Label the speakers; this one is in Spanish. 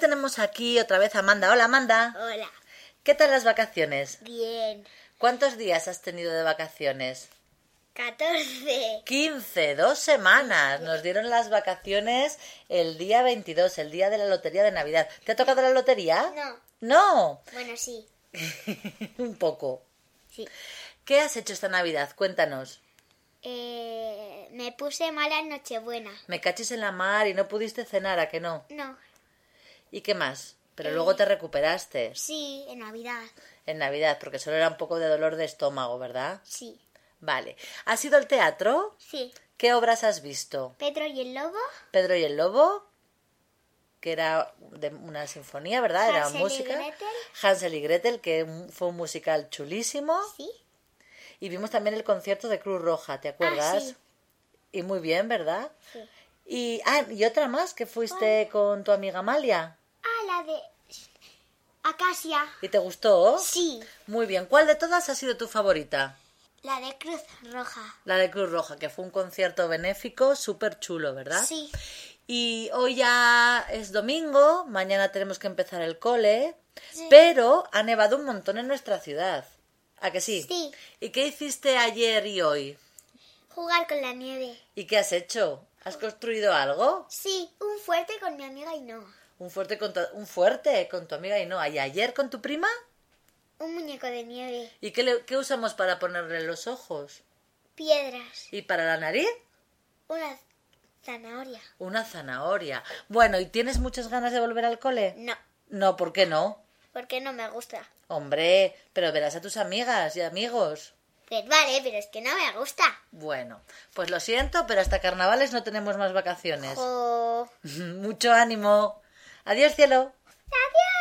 Speaker 1: tenemos aquí otra vez a Amanda. Hola, Amanda.
Speaker 2: Hola.
Speaker 1: ¿Qué tal las vacaciones?
Speaker 2: Bien.
Speaker 1: ¿Cuántos días has tenido de vacaciones?
Speaker 2: 14.
Speaker 1: 15, dos semanas. Nos dieron las vacaciones el día 22, el día de la lotería de Navidad. ¿Te ha tocado la lotería?
Speaker 2: No.
Speaker 1: No.
Speaker 2: Bueno, sí.
Speaker 1: Un poco.
Speaker 2: Sí.
Speaker 1: ¿Qué has hecho esta Navidad? Cuéntanos.
Speaker 2: Eh, me puse mala en Nochebuena.
Speaker 1: Me cachis en la mar y no pudiste cenar, ¿a que no?
Speaker 2: No.
Speaker 1: ¿Y qué más? Pero
Speaker 2: Eh.
Speaker 1: luego te recuperaste
Speaker 2: Sí, en Navidad.
Speaker 1: en Navidad, porque solo era un poco de dolor de estómago, ¿verdad?
Speaker 2: Sí.
Speaker 1: Vale. ¿Has ido al teatro?
Speaker 2: Sí.
Speaker 1: ¿Qué obras has visto?
Speaker 2: Pedro y el lobo.
Speaker 1: Pedro y el Lobo, que era de una sinfonía, ¿verdad? Ah, Era
Speaker 2: Hansel y
Speaker 1: música.
Speaker 2: Gretel.
Speaker 1: Hansel y Gretel, que un- fue un musical chulísimo.
Speaker 2: Sí.
Speaker 1: Y vimos también el concierto de Cruz Roja, ¿te acuerdas?
Speaker 2: Ah, sí.
Speaker 1: Y muy bien, ¿verdad?
Speaker 2: Sí.
Speaker 1: Y, ah, y otra más, que fuiste con tu amiga Amalia.
Speaker 2: Ah, la de Acacia.
Speaker 1: ¿Y te gustó?
Speaker 2: Sí.
Speaker 1: Muy bien. ¿Cuál de todas ha sido tu favorita?
Speaker 2: La de Cruz Roja.
Speaker 1: La de Cruz Roja, que fue un concierto benéfico súper chulo, ¿verdad?
Speaker 2: Sí.
Speaker 1: Y hoy ya es domingo, mañana tenemos que empezar el cole,
Speaker 2: Sí.
Speaker 1: pero ha nevado un montón en nuestra ciudad. ¿A que sí?
Speaker 2: Sí.
Speaker 1: ¿Y qué hiciste ayer y hoy?
Speaker 2: Jugar con la nieve.
Speaker 1: ¿Y qué has hecho? ¿Has construido algo?
Speaker 2: Sí, un fuerte con mi amiga y no.
Speaker 1: Un fuerte con tu, un fuerte con tu amiga y no. ¿Y ayer con tu prima?
Speaker 2: Un muñeco de nieve.
Speaker 1: ¿Y qué, le- qué usamos para ponerle los ojos?
Speaker 2: Piedras.
Speaker 1: ¿Y para la nariz?
Speaker 2: Una zanahoria.
Speaker 1: Una zanahoria. Bueno, ¿y tienes muchas ganas de volver al cole?
Speaker 2: No,
Speaker 1: No, ¿por qué no?
Speaker 2: porque no me gusta.
Speaker 1: Hombre, pero verás a tus amigas y amigos.
Speaker 2: Pues vale, pero es que no me gusta.
Speaker 1: Bueno, pues lo siento, pero hasta carnavales no tenemos más vacaciones.
Speaker 2: Jo.
Speaker 1: Mucho ánimo. Adiós, cielo.
Speaker 2: Adiós.